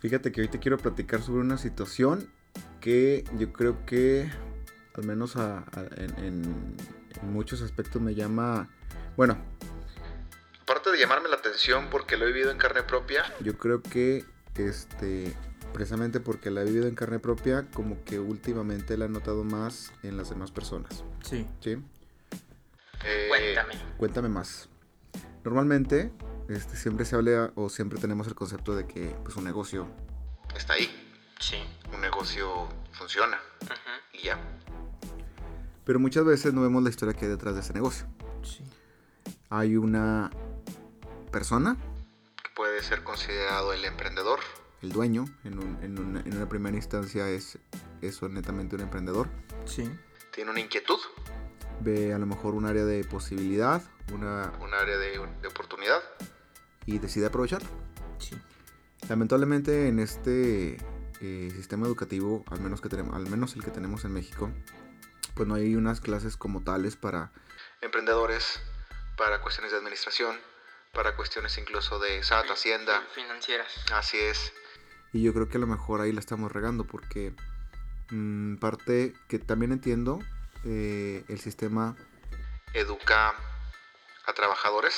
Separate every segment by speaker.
Speaker 1: Fíjate que hoy te quiero platicar sobre una situación que yo creo que, al menos a- a- en, en- en muchos aspectos, me llama. Bueno. Aparte de llamarme la atención porque lo he vivido en carne propia. Yo creo que, este, precisamente porque la he vivido en carne propia, como que últimamente la he notado más en las demás personas.
Speaker 2: Sí.
Speaker 1: ¿Sí? Eh,
Speaker 3: Cuéntame.
Speaker 1: Cuéntame más. Normalmente, este, siempre se habla o siempre tenemos el concepto de que pues, un negocio está ahí,
Speaker 3: Sí.
Speaker 1: un negocio funciona
Speaker 3: Ujú.
Speaker 1: y ya. Pero muchas veces no vemos la historia que hay detrás de ese negocio.
Speaker 2: Sí.
Speaker 1: Hay una persona que puede ser considerado el emprendedor, el dueño. En, un- en una, en una primera instancia es eso netamente un emprendedor.
Speaker 2: Sí.
Speaker 1: tiene una inquietud. Ve a lo mejor un área de posibilidad, una, un área de, de oportunidad y decide aprovecharla.
Speaker 2: Sí.
Speaker 1: Lamentablemente en este eh, sistema educativo, al menos, que tenemos, al menos el que tenemos en México, pues no hay unas clases como tales para emprendedores, para cuestiones de administración, para cuestiones incluso de SAT, Hacienda,
Speaker 3: Financieras.
Speaker 1: Así es. Y yo creo que a lo mejor ahí la estamos regando porque mm, parte que también entiendo, eh, el sistema educa a trabajadores,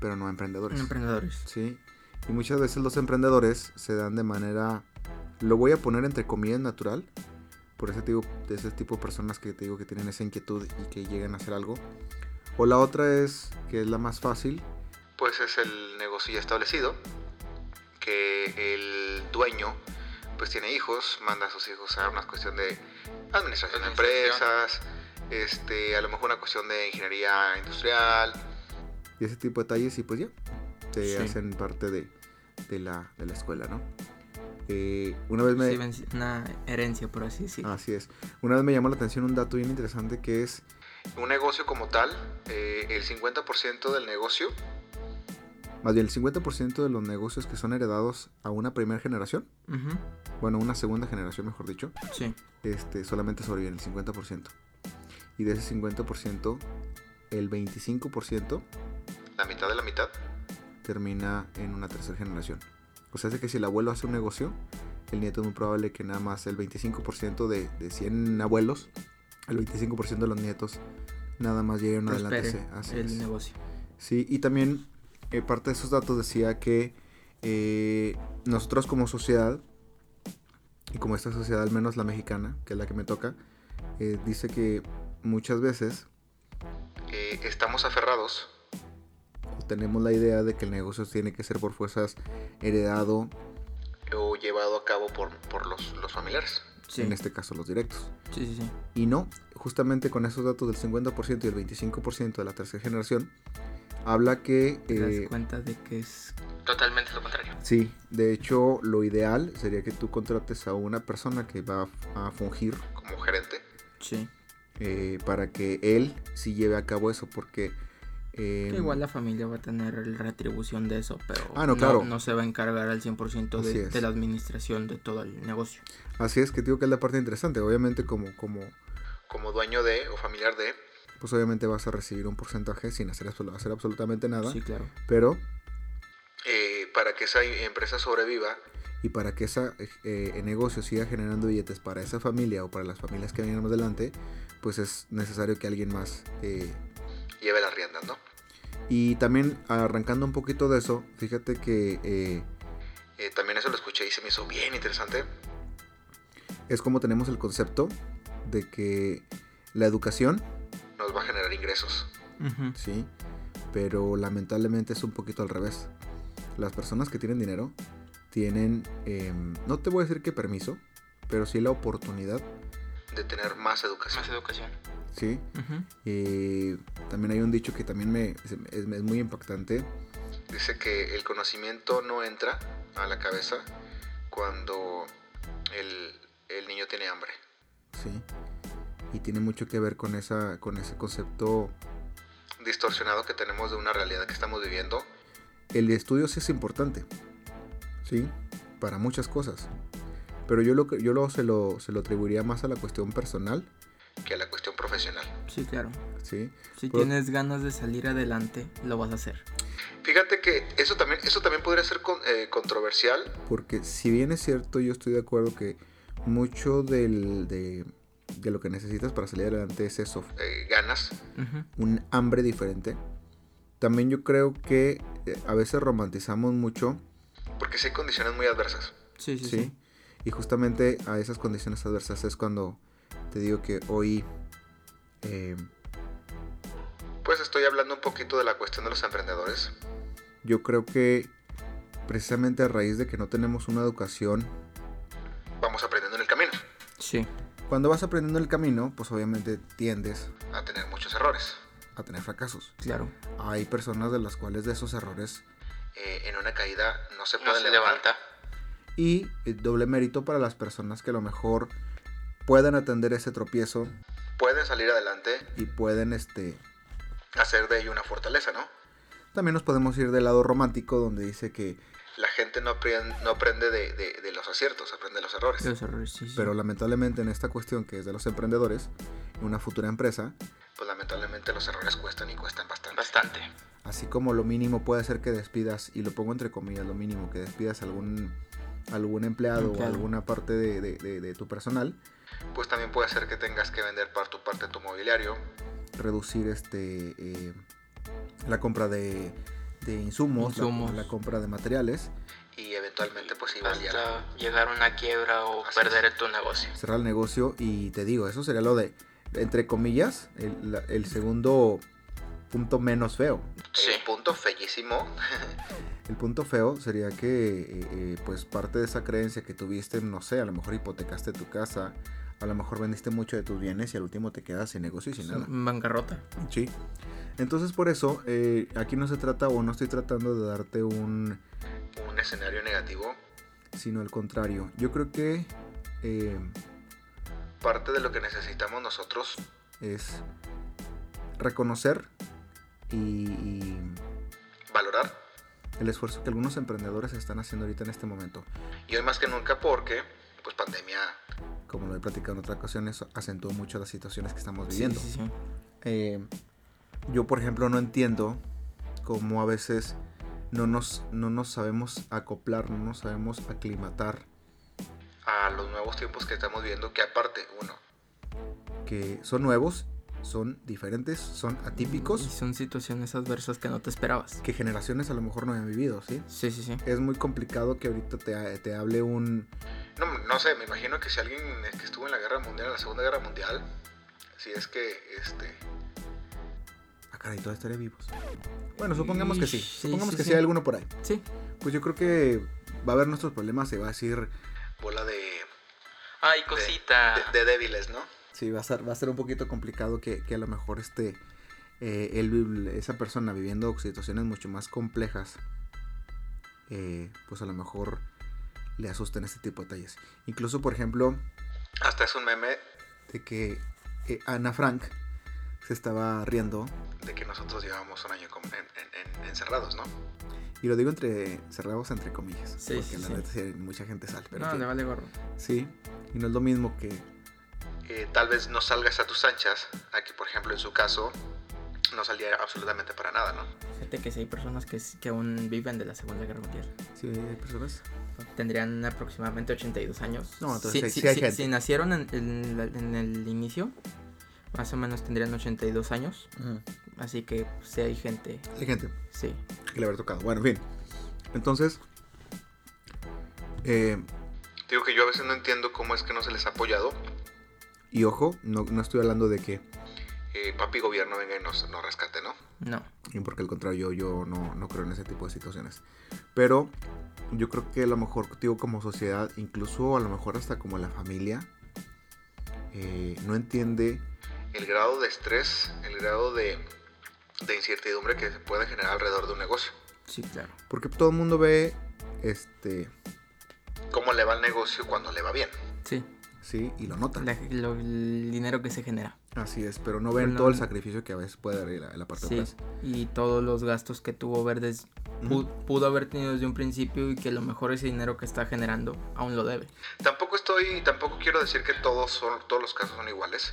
Speaker 1: pero no a emprendedores.
Speaker 2: Emprendedores.
Speaker 1: sí. Y muchas veces los emprendedores se dan de manera, lo voy a poner entre comillas natural, por ese tipo, de ese tipo de personas que te digo que tienen esa inquietud y que llegan a hacer algo. O la otra es, que es la más fácil, pues es el negocio ya establecido, que el dueño pues tiene hijos, manda a sus hijos a una cuestión de administración de empresas, este, a lo mejor una cuestión de ingeniería industrial. Y ese tipo de detalles y pues ya, te
Speaker 2: Sí.
Speaker 1: hacen parte de, de la, de la escuela, ¿no? Eh, una vez me... Ah.
Speaker 2: Sí, ven- una herencia, por así decirlo.
Speaker 1: Así es. Una vez me llamó la atención un dato bien interesante que es... Un negocio como tal, eh, el 50% del negocio... Más bien, el 50% de los negocios que son heredados a una primera generación,
Speaker 2: Ujú.
Speaker 1: bueno, una segunda generación mejor dicho,
Speaker 2: Sí.
Speaker 1: este, solamente sobreviven el 50%. Y de ese 50%, el 25%... La mitad de la mitad. Termina en una tercera generación. O sea, es de que si el abuelo hace un negocio, el nieto es muy probable que nada más el 25% de, de 100 abuelos, el 25% de los nietos, nada más lleguen adelante.
Speaker 2: Prospere
Speaker 1: se- así
Speaker 2: el
Speaker 1: es.
Speaker 2: negocio.
Speaker 1: Sí, y también eh, parte de esos datos decía que eh, nosotros como sociedad, y como esta sociedad, al menos la mexicana, que es la que me toca, eh, dice que muchas veces estamos aferrados. O tenemos la idea de que el negocio tiene que ser por fuerzas heredado o llevado a cabo por, los, familiares.
Speaker 2: Sí.
Speaker 1: En este caso los directos.
Speaker 2: Sí, sí, sí.
Speaker 1: Y no, justamente con esos datos del 50% y el 25% de la tercera generación, habla que...
Speaker 2: Te
Speaker 1: eh,
Speaker 2: das cuenta de que es.
Speaker 3: Totalmente lo contrario.
Speaker 1: sí, de hecho lo ideal sería que tú contrates a una persona que va a fungir como gerente
Speaker 2: Sí.
Speaker 1: eh, para que él sí lleve a cabo eso, porque... eh,
Speaker 2: Que igual la familia va a tener la retribución de eso, pero.
Speaker 1: Ah, no, claro.
Speaker 2: No, se va a encargar al 100%
Speaker 1: Así
Speaker 2: de,
Speaker 1: es.
Speaker 2: de la administración de todo el negocio.
Speaker 1: Así es que digo que es la parte interesante, obviamente como... como como dueño de o familiar de... Pues obviamente vas a recibir un porcentaje sin hacer, absol- hacer absolutamente nada.
Speaker 2: Sí, claro.
Speaker 1: pero eh, para que esa empresa sobreviva y para que ese negocio siga generando billetes para esa familia o para las familias que vengan más adelante, pues es necesario que alguien más lleve las riendas, ¿no? Y también arrancando un poquito de eso, fíjate que eh, también eso lo escuché y se me hizo bien interesante. Es como tenemos el concepto de que la educación nos va a generar ingresos.
Speaker 2: Ujú.
Speaker 1: Sí, pero lamentablemente es un poquito al revés. Las personas que tienen dinero tienen, eh, no te voy a decir que permiso, pero sí la oportunidad de tener más educación.
Speaker 3: Más educación.
Speaker 1: Sí,
Speaker 2: Ujú.
Speaker 1: eh, también hay un dicho que también me, es, es- es muy impactante. Dice que el conocimiento no entra a la cabeza cuando el, niño tiene hambre. Sí. Y tiene mucho que ver con, esa, con ese concepto distorsionado que tenemos de una realidad que estamos viviendo. El estudio sí es importante. Sí. Para muchas cosas. Pero yo, lo, que- yo lo, se, lo, se lo atribuiría más a la cuestión personal. Que a la cuestión profesional.
Speaker 2: Sí, claro.
Speaker 1: Sí.
Speaker 2: Si
Speaker 1: Pues-
Speaker 2: tienes ganas de salir adelante, lo vas a hacer.
Speaker 1: Fíjate que eso también, eso también podría ser con- eh, controversial. Porque si bien es cierto, yo estoy de acuerdo que mucho del- de, de lo que necesitas para salir adelante es eso. eh, ganas,
Speaker 2: Ujú.
Speaker 1: un hambre diferente. También yo creo que eh, a veces romantizamos mucho. Porque sí hay condiciones muy adversas.
Speaker 2: Sí, sí,
Speaker 1: Sí.
Speaker 2: sí.
Speaker 1: Y justamente a esas condiciones adversas es cuando te digo que hoy... eh, pues estoy hablando un poquito de la cuestión de los emprendedores. Yo creo que precisamente a raíz de que no tenemos una educación... Vamos aprendiendo en el camino.
Speaker 2: Sí.
Speaker 1: Cuando vas aprendiendo en el camino, pues obviamente tiendes... A tener muchos errores. A tener fracasos.
Speaker 2: claro.
Speaker 1: Hay personas de las cuales de esos errores... Eh, en una caída no se
Speaker 3: No se levanta.
Speaker 1: y eh, doble mérito para las personas que a lo mejor puedan atender ese tropiezo. Pueden salir adelante. Y pueden este, hacer de ello una fortaleza, ¿no? También nos podemos ir del lado romántico donde dice que... La gente no, aprende de, los aciertos, aprende de los errores.
Speaker 2: Los errores, sí, sí.
Speaker 1: Pero lamentablemente en esta cuestión que es de los emprendedores, en una futura empresa... Pues lamentablemente los errores cuestan y cuestan bastante.
Speaker 3: Bastante.
Speaker 1: Así como lo mínimo puede ser que despidas, y lo pongo entre comillas, lo mínimo, que despidas algún, algún empleado o
Speaker 2: Empleado.
Speaker 1: alguna parte de, de- de- de tu personal. Pues también puede ser que tengas que vender para tu parte tu mobiliario. Reducir este eh, la compra de, de insumos, la-
Speaker 2: Insumos.
Speaker 1: La, compra de materiales. Y eventualmente pues
Speaker 3: Hasta llegar a una quiebra o
Speaker 1: Así
Speaker 3: perder tu negocio.
Speaker 1: cerrar el negocio y te digo, eso sería lo de, entre comillas, el, la- el segundo punto menos feo.
Speaker 3: Sí.
Speaker 1: El punto feísimo. el punto feo sería que, eh, eh, pues, parte de esa creencia que tuviste, no sé, a lo mejor hipotecaste tu casa, a lo mejor vendiste mucho de tus bienes y al último te quedas sin negocio y sin
Speaker 2: Sí,
Speaker 1: nada.
Speaker 2: Mm, Bancarrota.
Speaker 1: Sí. Entonces por eso, eh, aquí no se trata o no estoy tratando de darte un... Un escenario negativo. Sino al contrario. Yo creo que... eh, Parte de lo que necesitamos nosotros es reconocer y, y valorar el esfuerzo que algunos emprendedores están haciendo ahorita en este momento. Y hoy más que nunca porque, pues pandemia... Como lo he platicado en otras ocasiones, acentuó mucho las situaciones que estamos
Speaker 2: Sí,
Speaker 1: viviendo.
Speaker 2: sí, sí.
Speaker 1: Eh, yo, por ejemplo, no entiendo cómo a veces no nos, no nos sabemos acoplar, no nos sabemos aclimatar. A los nuevos tiempos que estamos viendo, que aparte, uno. Que son nuevos, son diferentes, son
Speaker 2: Y
Speaker 1: atípicos,
Speaker 2: son situaciones adversas que no te esperabas.
Speaker 1: que generaciones a lo mejor no habían vivido, ¿sí?
Speaker 2: Sí, sí, sí.
Speaker 1: Es muy complicado que ahorita te, te hable un... No, no sé, me imagino que si alguien que estuvo en la guerra mundial, en la segunda guerra mundial, si es que, este... Ah, caray, todavía estaría vivos. Bueno, supongamos que sí.
Speaker 2: Ish, sí,
Speaker 1: supongamos
Speaker 2: sí,
Speaker 1: que sí.
Speaker 2: sí.
Speaker 1: hay alguno por ahí.
Speaker 2: Sí.
Speaker 1: Pues yo creo que va a haber nuestros problemas, se va a decir... Bola de...
Speaker 3: Ay, cosita.
Speaker 1: débiles, ¿no? Sí, va a ser, va a ser un poquito complicado que, que a lo mejor este... eh, él- esa persona viviendo situaciones mucho más complejas, eh, pues a lo mejor le asustan este tipo de detalles. Incluso, por ejemplo, hasta es un meme de que eh, Ana Frank se estaba riendo de que nosotros llevábamos un año encerrados, ¿no? Y lo digo entre cerrados entre comillas,
Speaker 2: Sí,
Speaker 1: porque
Speaker 2: sí,
Speaker 1: la
Speaker 2: sí.
Speaker 1: neta sí, mucha gente sale, pero en
Speaker 2: no,
Speaker 1: fin.
Speaker 2: le vale gorro.
Speaker 1: Sí, y no es lo mismo que... tal vez no salgas a tus anchas, aquí por ejemplo en su caso no salía absolutamente para nada, ¿no?
Speaker 2: Fíjate que sí hay personas que, s- que aún viven de la Segunda Guerra Mundial.
Speaker 1: Sí, hay personas.
Speaker 2: Tendrían aproximadamente 82 años.
Speaker 1: No, entonces
Speaker 2: si,
Speaker 1: sí-
Speaker 2: si-
Speaker 1: sí hay
Speaker 2: si-
Speaker 1: gente.
Speaker 2: si nacieron en, en la- en el inicio, más o menos tendrían 82 años. Así que sí hay gente.
Speaker 1: Hay gente
Speaker 2: Sí.
Speaker 1: que le haber tocado. Bueno, en fin. Entonces... eh,
Speaker 4: Digo que yo a veces no entiendo cómo es que no se les ha apoyado.
Speaker 1: y ojo, no, no estoy hablando de que...
Speaker 4: Eh, papi gobierno venga y nos, nos rescate, ¿no?
Speaker 2: No.
Speaker 1: Y porque al contrario, yo, yo no, no creo en ese tipo de situaciones. Pero yo creo que a lo mejor, digo, como sociedad, incluso a lo mejor hasta como la familia, eh, no entiende
Speaker 4: El grado de estrés, el grado de, de incertidumbre que se puede generar alrededor de un negocio.
Speaker 2: Sí, claro.
Speaker 1: Porque todo el mundo ve, este,
Speaker 4: ¿Cómo le va el negocio cuando le va bien?
Speaker 2: Sí.
Speaker 1: sí, y lo nota.
Speaker 2: La- lo- el dinero que se genera.
Speaker 1: Así es, pero no ven
Speaker 2: Pero no-
Speaker 1: todo el sacrificio que a veces puede dar la, la parte de
Speaker 2: Sí.
Speaker 1: atrás.
Speaker 2: Y todos los gastos que tuvo Verdes pu-
Speaker 1: Ujú.
Speaker 2: pudo, haber tenido desde un principio y que a lo mejor ese dinero que está generando aún lo debe.
Speaker 4: Tampoco estoy, tampoco quiero decir que todos son, todos los casos son iguales.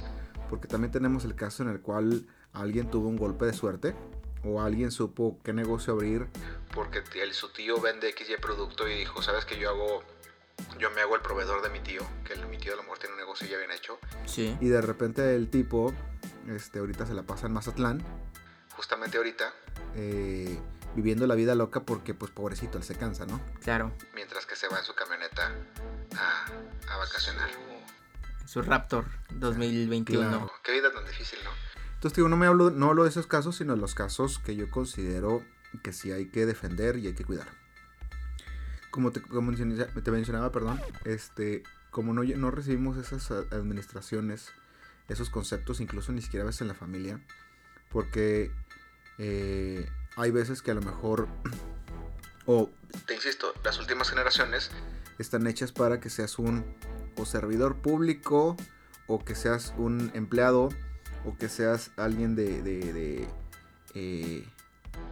Speaker 1: Porque también tenemos el caso en el cual alguien tuvo un golpe de suerte, o alguien supo qué negocio abrir.
Speaker 4: porque t- el, su tío vende XY producto y dijo, sabes que yo hago, yo me hago el proveedor de mi tío, que el- mi tío a lo mejor tiene un negocio ya bien hecho,
Speaker 2: Sí.
Speaker 1: Y de repente el tipo, este, ahorita se la pasa en Mazatlán,
Speaker 4: justamente ahorita,
Speaker 1: eh, viviendo la vida loca porque, pues, pobrecito, él se cansa, ¿no?
Speaker 2: Claro.
Speaker 4: mientras que se va en su camioneta a, a vacacionar.
Speaker 2: Su Raptor 2021.
Speaker 1: Claro.
Speaker 4: Qué vida tan difícil, ¿no?
Speaker 1: Entonces, te digo, no me hablo, no hablo de esos casos, sino de los casos que yo considero que sí hay que defender y hay que cuidar. Como te, como mencioné- te mencionaba, perdón, este, como no, lle- no recibimos esas a- administraciones, esos conceptos, incluso ni siquiera a veces en la familia, porque eh, hay veces que a lo mejor, o
Speaker 4: Te insisto, las últimas generaciones,
Speaker 1: están hechas para que seas un o servidor público o que seas un empleado o que seas alguien de... de- de, eh,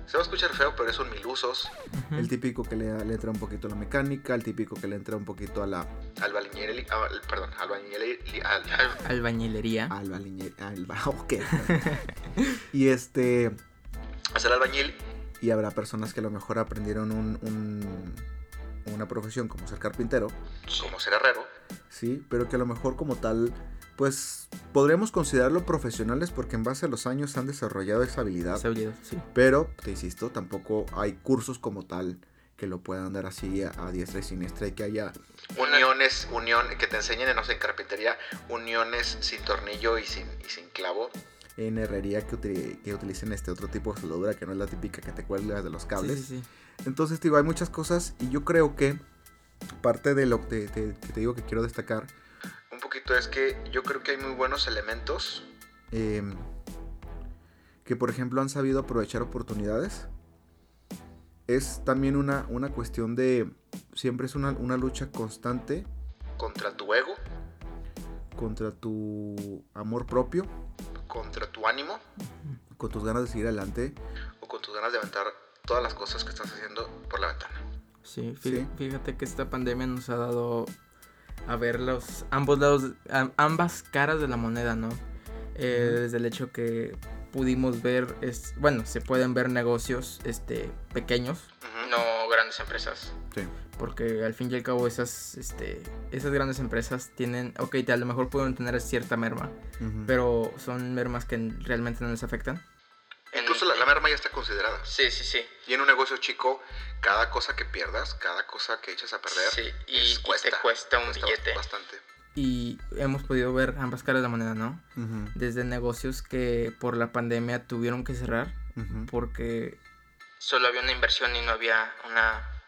Speaker 4: se va a escuchar feo, pero es un mil usos,
Speaker 2: Ujú.
Speaker 1: el típico que le, le entra un poquito a la mecánica, el típico que le entra un poquito a la
Speaker 4: albañil, al- perdón, albañil, al- al-
Speaker 2: Albañilería.
Speaker 1: alba, liñe- alba ok. y este
Speaker 4: hacer albañil,
Speaker 1: y habrá personas que a lo mejor aprendieron un- un- una profesión como ser carpintero
Speaker 4: como ser herrero,
Speaker 1: ¿sí? Pero que a lo mejor como tal, pues podremos considerarlo profesionales porque en base a los años han desarrollado esa habilidad.
Speaker 2: Esa habilidad, sí.
Speaker 1: Pero, te insisto, tampoco hay cursos como tal que lo puedan dar así a, a diestra y siniestra y que haya...
Speaker 4: uniones, unión, que te enseñen, en, no sé, en carpintería, uniones sin tornillo y sin, y sin clavo,
Speaker 1: En herrería que, utili- que utilicen este otro tipo de soldadura que no es la típica que te cuelgas de los cables.
Speaker 2: Sí, sí, sí.
Speaker 1: Entonces, te digo, hay muchas cosas y yo creo que parte de lo que te- que te digo que quiero destacar
Speaker 4: Un poquito es que yo creo que hay muy buenos elementos.
Speaker 1: em, que por ejemplo han sabido aprovechar oportunidades. Es también una, una cuestión de, siempre es una, una lucha constante
Speaker 4: Contra tu ego,
Speaker 1: contra tu amor propio,
Speaker 4: contra tu ánimo
Speaker 1: con tus ganas de seguir adelante.
Speaker 4: o con tus ganas de aventar todas las cosas que estás haciendo por la ventana.
Speaker 2: Sí,
Speaker 1: Sí.
Speaker 2: fí- fíjate que esta pandemia nos ha dado a ver los ambos lados, a- ambas caras de la moneda, ¿no? Eh,
Speaker 1: Ujú.
Speaker 2: Desde el hecho que pudimos ver, es, bueno, se pueden ver negocios este, pequeños,
Speaker 4: Ujú.
Speaker 3: No grandes empresas.
Speaker 2: porque al fin y al cabo esas, este, esas grandes empresas tienen, ok, a lo mejor pueden tener cierta merma,
Speaker 1: Ujú.
Speaker 2: pero son mermas que realmente no les afectan.
Speaker 3: En-
Speaker 4: Incluso la, la merma ya está considerada.
Speaker 3: Sí, sí, sí.
Speaker 4: Y en un negocio chico, cada cosa que pierdas, cada cosa que echas a perder,
Speaker 3: Sí, y,
Speaker 4: es-
Speaker 3: y te cuesta un
Speaker 4: cuesta
Speaker 3: billete.
Speaker 4: Bastante.
Speaker 2: Y hemos podido ver ambas caras de la moneda, ¿no?
Speaker 1: Ujú,
Speaker 2: Desde negocios que por la pandemia tuvieron que cerrar
Speaker 1: ujú.
Speaker 2: porque
Speaker 3: Solo había una inversión y no había una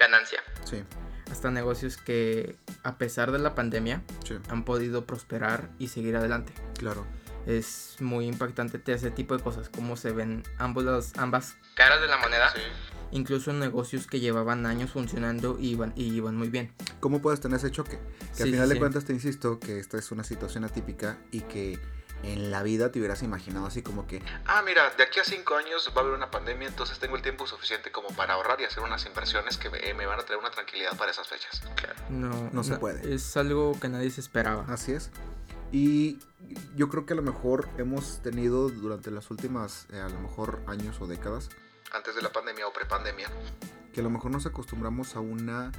Speaker 3: ganancia.
Speaker 1: Sí,
Speaker 2: hasta negocios que a pesar de la pandemia
Speaker 1: sí,
Speaker 2: han podido prosperar y seguir adelante.
Speaker 1: claro.
Speaker 2: Es muy impactante te- ese tipo de cosas, cómo se ven ambos lados- ambas,
Speaker 3: Caras de la moneda.
Speaker 4: Sí.
Speaker 2: incluso en negocios que llevaban años funcionando y iban, y iban muy bien.
Speaker 1: ¿Cómo puedes tener ese choque? Que
Speaker 2: Sí,
Speaker 1: al
Speaker 2: sí,
Speaker 1: final de
Speaker 2: sí.
Speaker 1: cuentas te insisto que esta es una situación atípica y que en la vida te hubieras imaginado así como que,
Speaker 4: Ah, mira, de aquí a cinco años va a haber una pandemia, entonces tengo el tiempo suficiente como para ahorrar y hacer unas inversiones que me, me van a traer una tranquilidad para esas fechas.
Speaker 2: No,
Speaker 1: No se puede. Ah,
Speaker 2: Es algo que nadie se esperaba.
Speaker 1: Así es. Y yo creo que a lo mejor hemos tenido durante las últimas, eh, a lo mejor años o décadas,
Speaker 4: Antes de la pandemia o prepandemia,
Speaker 1: que a lo mejor nos acostumbramos a una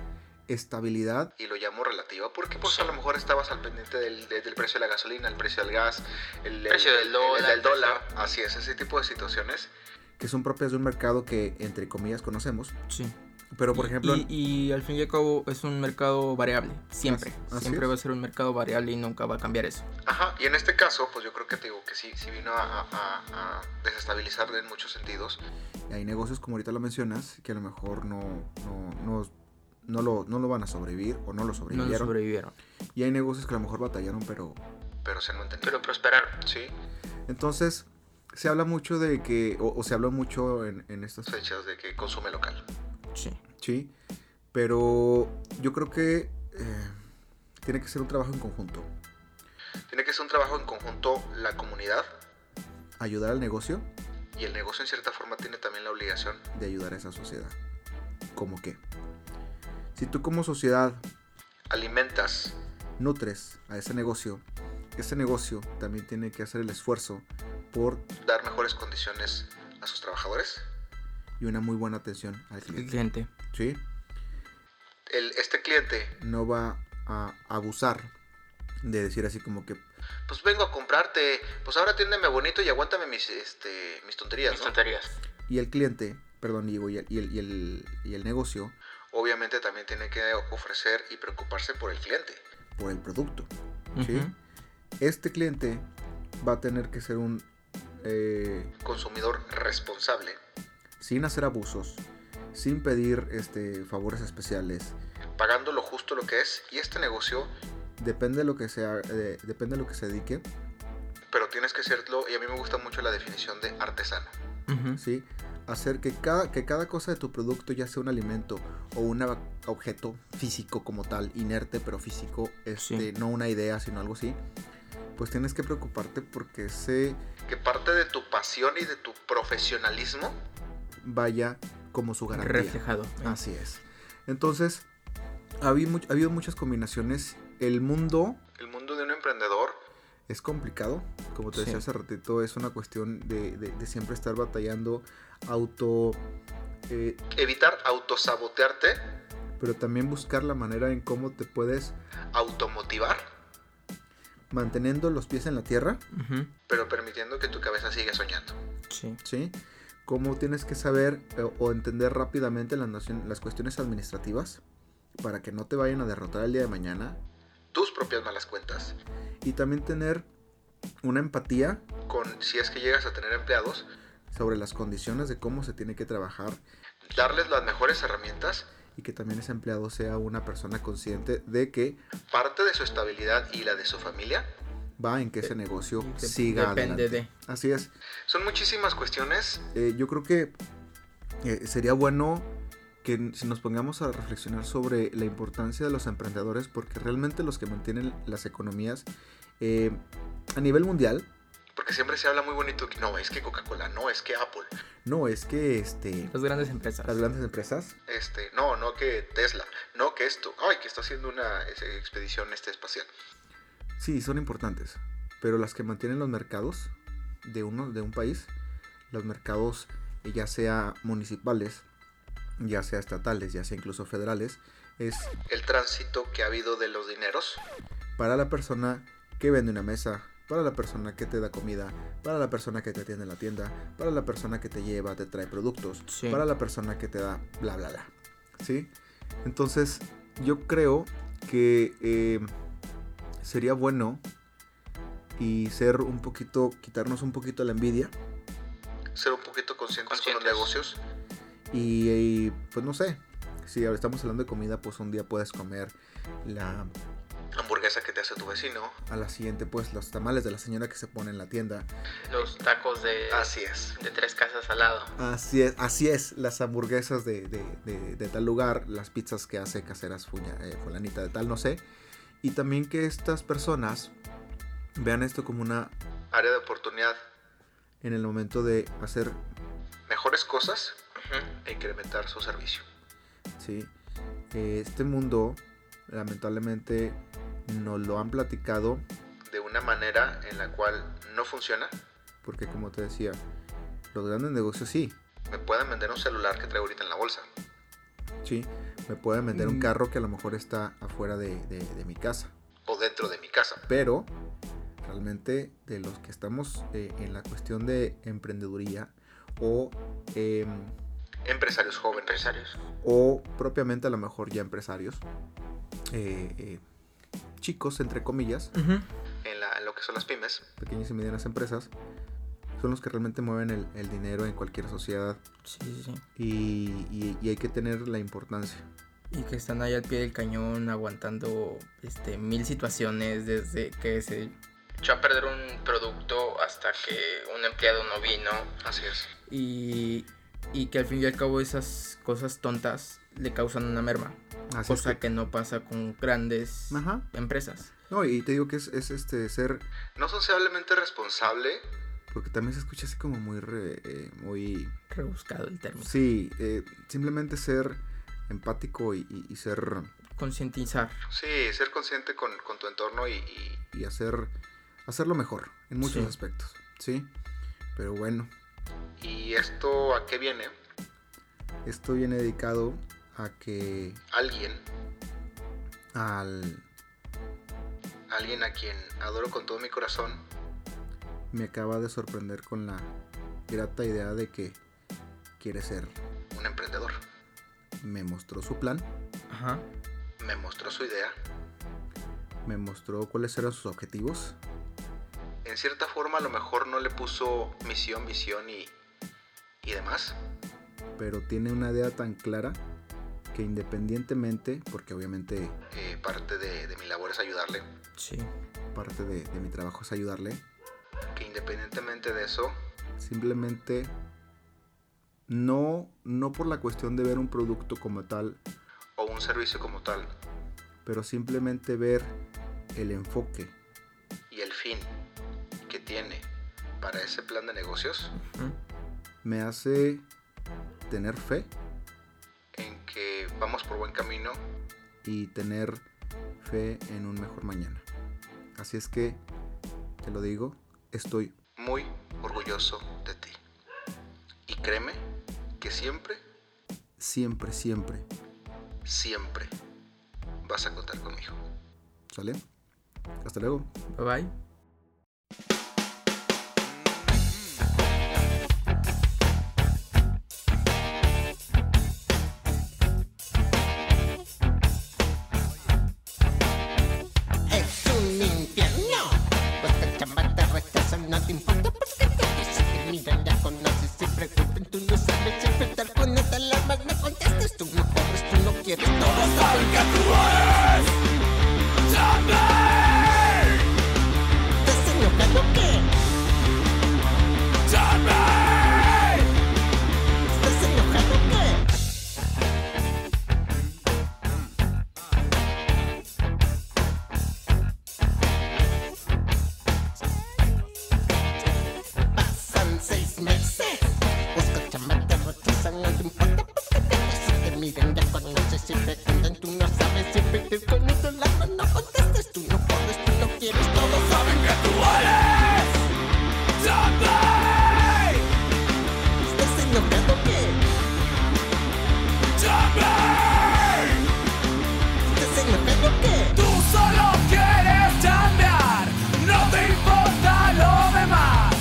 Speaker 1: estabilidad.
Speaker 4: y lo llamo relativa porque pues a lo mejor estabas al pendiente del, de- del precio de la gasolina, el precio del gas, el, el-
Speaker 3: Precio del
Speaker 4: el-
Speaker 3: dólar,
Speaker 4: el del
Speaker 3: el precio-
Speaker 4: dólar, así es, ese tipo de situaciones.
Speaker 1: que son propias de un mercado que entre comillas conocemos.
Speaker 2: Sí.
Speaker 1: Pero por
Speaker 2: Y-
Speaker 1: ejemplo,
Speaker 2: Y, y al fin y al cabo es un mercado variable, siempre.
Speaker 1: Así- así
Speaker 2: siempre
Speaker 1: es.
Speaker 2: va a ser un mercado variable y nunca va a cambiar eso.
Speaker 4: Ajá, y en este caso pues yo creo que te digo que sí, sí vino a, a- a- a desestabilizar en muchos sentidos.
Speaker 1: hay negocios como ahorita lo mencionas que a lo mejor no, no, no, no lo, no lo van a sobrevivir o no lo
Speaker 2: No lo
Speaker 1: sobrevivieron.
Speaker 2: sobrevivieron.
Speaker 1: y hay negocios que a lo mejor batallaron, pero
Speaker 4: Pero se han mantenido.
Speaker 3: Pero prosperaron.
Speaker 4: sí,
Speaker 1: entonces se habla mucho de que, o, o se habló mucho en, en estas
Speaker 4: fechas de que consume local.
Speaker 2: Sí.
Speaker 1: Sí, pero yo creo que eh, tiene que ser un trabajo en conjunto.
Speaker 4: Tiene que ser un trabajo en conjunto la comunidad
Speaker 1: Ayudar al negocio
Speaker 4: y el negocio en cierta forma tiene también la obligación.
Speaker 1: de ayudar a esa sociedad. ¿Cómo qué? Si tú como sociedad
Speaker 4: Alimentas
Speaker 1: nutres a ese negocio, ese negocio también tiene que hacer el esfuerzo por
Speaker 4: dar mejores condiciones a a sus trabajadores.
Speaker 1: y una muy buena atención al
Speaker 2: El
Speaker 1: cliente.
Speaker 2: cliente.
Speaker 1: Sí,
Speaker 4: El, este cliente,
Speaker 1: no va a abusar de decir así como que
Speaker 4: pues vengo a comprarte, pues ahora atiéndeme bonito y aguántame mis, este, mis tonterías,
Speaker 3: mis
Speaker 4: ¿no?
Speaker 3: tonterías.
Speaker 1: y el cliente, perdón, digo, y el, y el, y el- y el negocio
Speaker 4: Obviamente también tiene que ofrecer y preocuparse por el cliente.
Speaker 1: por el producto. Sí.
Speaker 2: Ujú.
Speaker 1: Este cliente va a tener que ser un eh,
Speaker 4: Consumidor responsable,
Speaker 1: sin hacer abusos, sin pedir este favores especiales.
Speaker 4: pagando lo justo lo que es y este negocio,
Speaker 1: Depende de lo que sea, eh, depende de lo que se dedique,
Speaker 4: pero tienes que serlo y a mí me gusta mucho la definición de artesano.
Speaker 2: Ujú.
Speaker 1: sí, hacer que cada que cada cosa de tu producto, ya sea un alimento o un ab- objeto físico como tal, inerte pero físico, este, no una idea sino algo así, pues tienes que preocuparte porque se
Speaker 4: Que parte de tu pasión y de tu profesionalismo
Speaker 1: vaya como su garantía.
Speaker 2: Reflejado.
Speaker 1: Así es. Entonces, ha habido, much- ha habido muchas combinaciones. El mundo
Speaker 4: El mundo de un emprendedor
Speaker 1: es complicado. Como te
Speaker 2: Sí.
Speaker 1: decía hace ratito, es una cuestión de, de- de siempre estar batallando auto... eh,
Speaker 4: evitar autosabotearte,
Speaker 1: pero también buscar la manera en cómo te puedes,
Speaker 4: automotivar,
Speaker 1: manteniendo los pies en la tierra,
Speaker 2: Ujú.
Speaker 4: pero permitiendo que tu cabeza siga soñando.
Speaker 2: Sí.
Speaker 1: ¿sí? Cómo tienes que saber eh, o entender rápidamente las, nocio- las cuestiones administrativas para que no te vayan a derrotar el día de mañana.
Speaker 4: Tus propias malas cuentas.
Speaker 1: Y también tener una empatía
Speaker 4: Con si es que llegas a tener empleados,
Speaker 1: sobre las condiciones de cómo se tiene que trabajar
Speaker 4: darles las mejores herramientas,
Speaker 1: y que también ese empleado sea una persona consciente de que
Speaker 4: parte de su estabilidad y la de su familia.
Speaker 1: va en que ese negocio
Speaker 2: Dep-
Speaker 1: siga
Speaker 2: depende
Speaker 1: adelante. Así es.
Speaker 4: Son muchísimas cuestiones.
Speaker 1: Eh, yo creo que eh, sería bueno que n- si nos pongamos a reflexionar sobre la importancia de los emprendedores porque realmente los que mantienen las economías eh, a nivel mundial
Speaker 4: Porque siempre se habla muy bonito que no, es que Coca-Cola, no, es que Apple,
Speaker 1: no es que este
Speaker 2: Las grandes empresas.
Speaker 1: las grandes empresas
Speaker 4: este, no, no que Tesla, no que esto, ay, que está haciendo una eh, expedición este espacial.
Speaker 1: sí son importantes pero las que mantienen los mercados de uno de un país los mercados eh, ya sea municipales ya sea estatales ya sea incluso federales es
Speaker 4: El tránsito que ha habido de los dineros,
Speaker 1: para la persona que vende una mesa, para la persona que te da comida, para la persona que te atiende en la tienda, para la persona que te lleva, te trae productos,
Speaker 2: Sí.
Speaker 1: para la persona que te da bla bla bla. ¿Sí? Entonces, yo creo que eh, sería bueno y ser un poquito, quitarnos un poquito la envidia
Speaker 4: ser un poquito conscientes con los
Speaker 3: Conscientes.
Speaker 4: negocios,
Speaker 1: y, y, pues no sé. Si ahora estamos hablando de comida, pues un día puedes comer la
Speaker 4: hamburguesa que te hace tu vecino.
Speaker 1: a la siguiente pues los tamales de la señora que se pone en la tienda.
Speaker 3: Los tacos de,
Speaker 4: Así es.
Speaker 3: de tres casas al lado.
Speaker 1: Así es, así es, las hamburguesas de, de- de- de tal lugar, las pizzas que hace caseras fuña, eh, fulanita de tal, no sé. Y también que estas personas vean esto como una,
Speaker 4: Área de oportunidad,
Speaker 1: en el momento de hacer,
Speaker 4: mejores cosas
Speaker 3: Ujú.
Speaker 4: e incrementar su servicio.
Speaker 1: ¿sí? Eh, este mundo, lamentablemente, nos lo han platicado,
Speaker 4: De una manera en la cual no funciona,
Speaker 1: porque como te decía, los grandes negocios sí,
Speaker 4: me pueden vender un celular que traigo ahorita en la bolsa.
Speaker 1: sí, me pueden vender un
Speaker 2: Mm.
Speaker 1: carro que a lo mejor está afuera de- de- de mi casa.
Speaker 4: o dentro de mi casa.
Speaker 1: pero realmente de los que estamos eh, en la cuestión de emprendeduría o, eh,
Speaker 4: Empresarios jóvenes.
Speaker 3: Empresarios.
Speaker 1: o propiamente a lo mejor ya empresarios, eh, eh, chicos entre comillas,
Speaker 2: Ujú.
Speaker 4: En, la- en lo que son las pymes.
Speaker 1: pequeñas y medianas empresas, son los que realmente mueven el, el dinero en cualquier sociedad
Speaker 2: Sí, sí, sí.
Speaker 1: y, y- y hay que tener la importancia.
Speaker 2: Y que están ahí al pie del cañón aguantando este mil situaciones desde que se
Speaker 3: Echó a perder un producto hasta que un empleado no vino.
Speaker 4: Así es.
Speaker 2: y, y que al fin y al cabo esas cosas tontas le causan una merma,
Speaker 1: Así es
Speaker 2: cosa que... no pasa con grandes
Speaker 1: Ajá.
Speaker 2: empresas.
Speaker 1: No, y te digo que es, es, este ser,
Speaker 4: No sociablemente responsable.
Speaker 1: porque también se escucha así como muy, re- eh, muy
Speaker 2: Rebuscado el término.
Speaker 1: Sí, eh, simplemente ser empático y, y- y ser
Speaker 2: Concientizar.
Speaker 4: Sí, ser consciente con, con tu entorno y, y
Speaker 1: y hacer hacerlo mejor en muchos
Speaker 2: Sí.
Speaker 1: aspectos, sí. Pero bueno,
Speaker 4: ¿Y esto a qué viene?
Speaker 1: Esto viene dedicado a que
Speaker 4: Alguien,
Speaker 1: al
Speaker 4: alguien a quien adoro con todo mi corazón,
Speaker 1: me acaba de sorprender con la grata idea de que quiere ser.
Speaker 4: un emprendedor,
Speaker 1: Me mostró su plan,
Speaker 2: Ajá.
Speaker 4: me mostró su idea.
Speaker 1: me mostró cuáles eran sus objetivos.
Speaker 4: En cierta forma a lo mejor no le puso misión, visión y, y demás.
Speaker 1: pero tiene una idea tan clara que independientemente, porque obviamente
Speaker 4: Eh, parte de, de mi labor es ayudarle.
Speaker 2: Sí.
Speaker 1: parte de, de mi trabajo es ayudarle,
Speaker 4: Que independientemente de eso,
Speaker 1: simplemente no, no por la cuestión de ver un producto como tal,
Speaker 4: o un servicio como tal,
Speaker 1: pero simplemente ver el enfoque.
Speaker 4: y el fin que tiene para ese plan de negocios,
Speaker 2: Ujú.
Speaker 1: Me hace tener fe
Speaker 4: en que vamos por buen camino,
Speaker 1: y tener fe en un mejor mañana. Así es que, te lo digo, estoy
Speaker 4: muy orgulloso de ti. Y créeme que siempre,
Speaker 1: siempre, siempre,
Speaker 4: siempre vas a contar conmigo.
Speaker 1: ¿sale? Hasta luego.
Speaker 2: Bye bye.
Speaker 5: Es un infierno. Pues te chamba, te rechazan, no te importa porque te si te miran, ya conoces, se preguntan, tú no sabes enfrentar con las alarmas, no contestes, tú no corres, tú no quieres, todo saben que tú eres. ¿Estás enojado o qué? ¿Estás enojado o qué? Pasan seis meses. Busca chamba, te rechazan, no te importa porque te rechazan. Te miran, ya conoces y preguntan, tú no sabes si pedir con otro lado. No contestes, tú no puedes, tú no quieres, todos saben que tú eres. ¿Estás enojado o qué? ¿Estás enojado o qué?
Speaker 6: Tú solo quieres chambear, no te importa lo demás.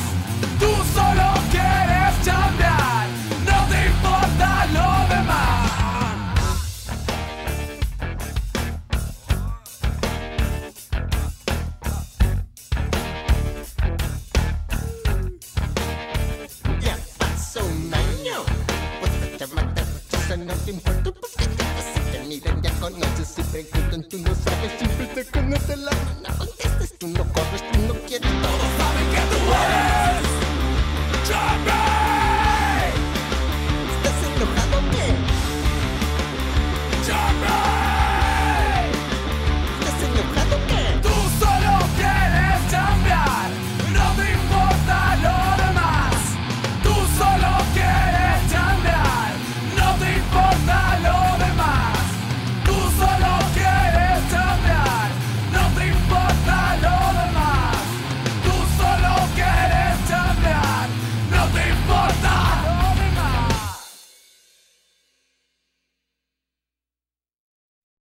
Speaker 6: Tú solo quieres chambear, no te importa lo demás.
Speaker 5: Ya pasó un año. Pues te mata, rechazan, no te importa porque te si te miran, ya conoces y preguntan, tú no sabes, siempre te conoce la mano. No contestes, tú no corres, tú no quieres todo.
Speaker 6: Saben que tú eres chambear.
Speaker 5: Estás enojado,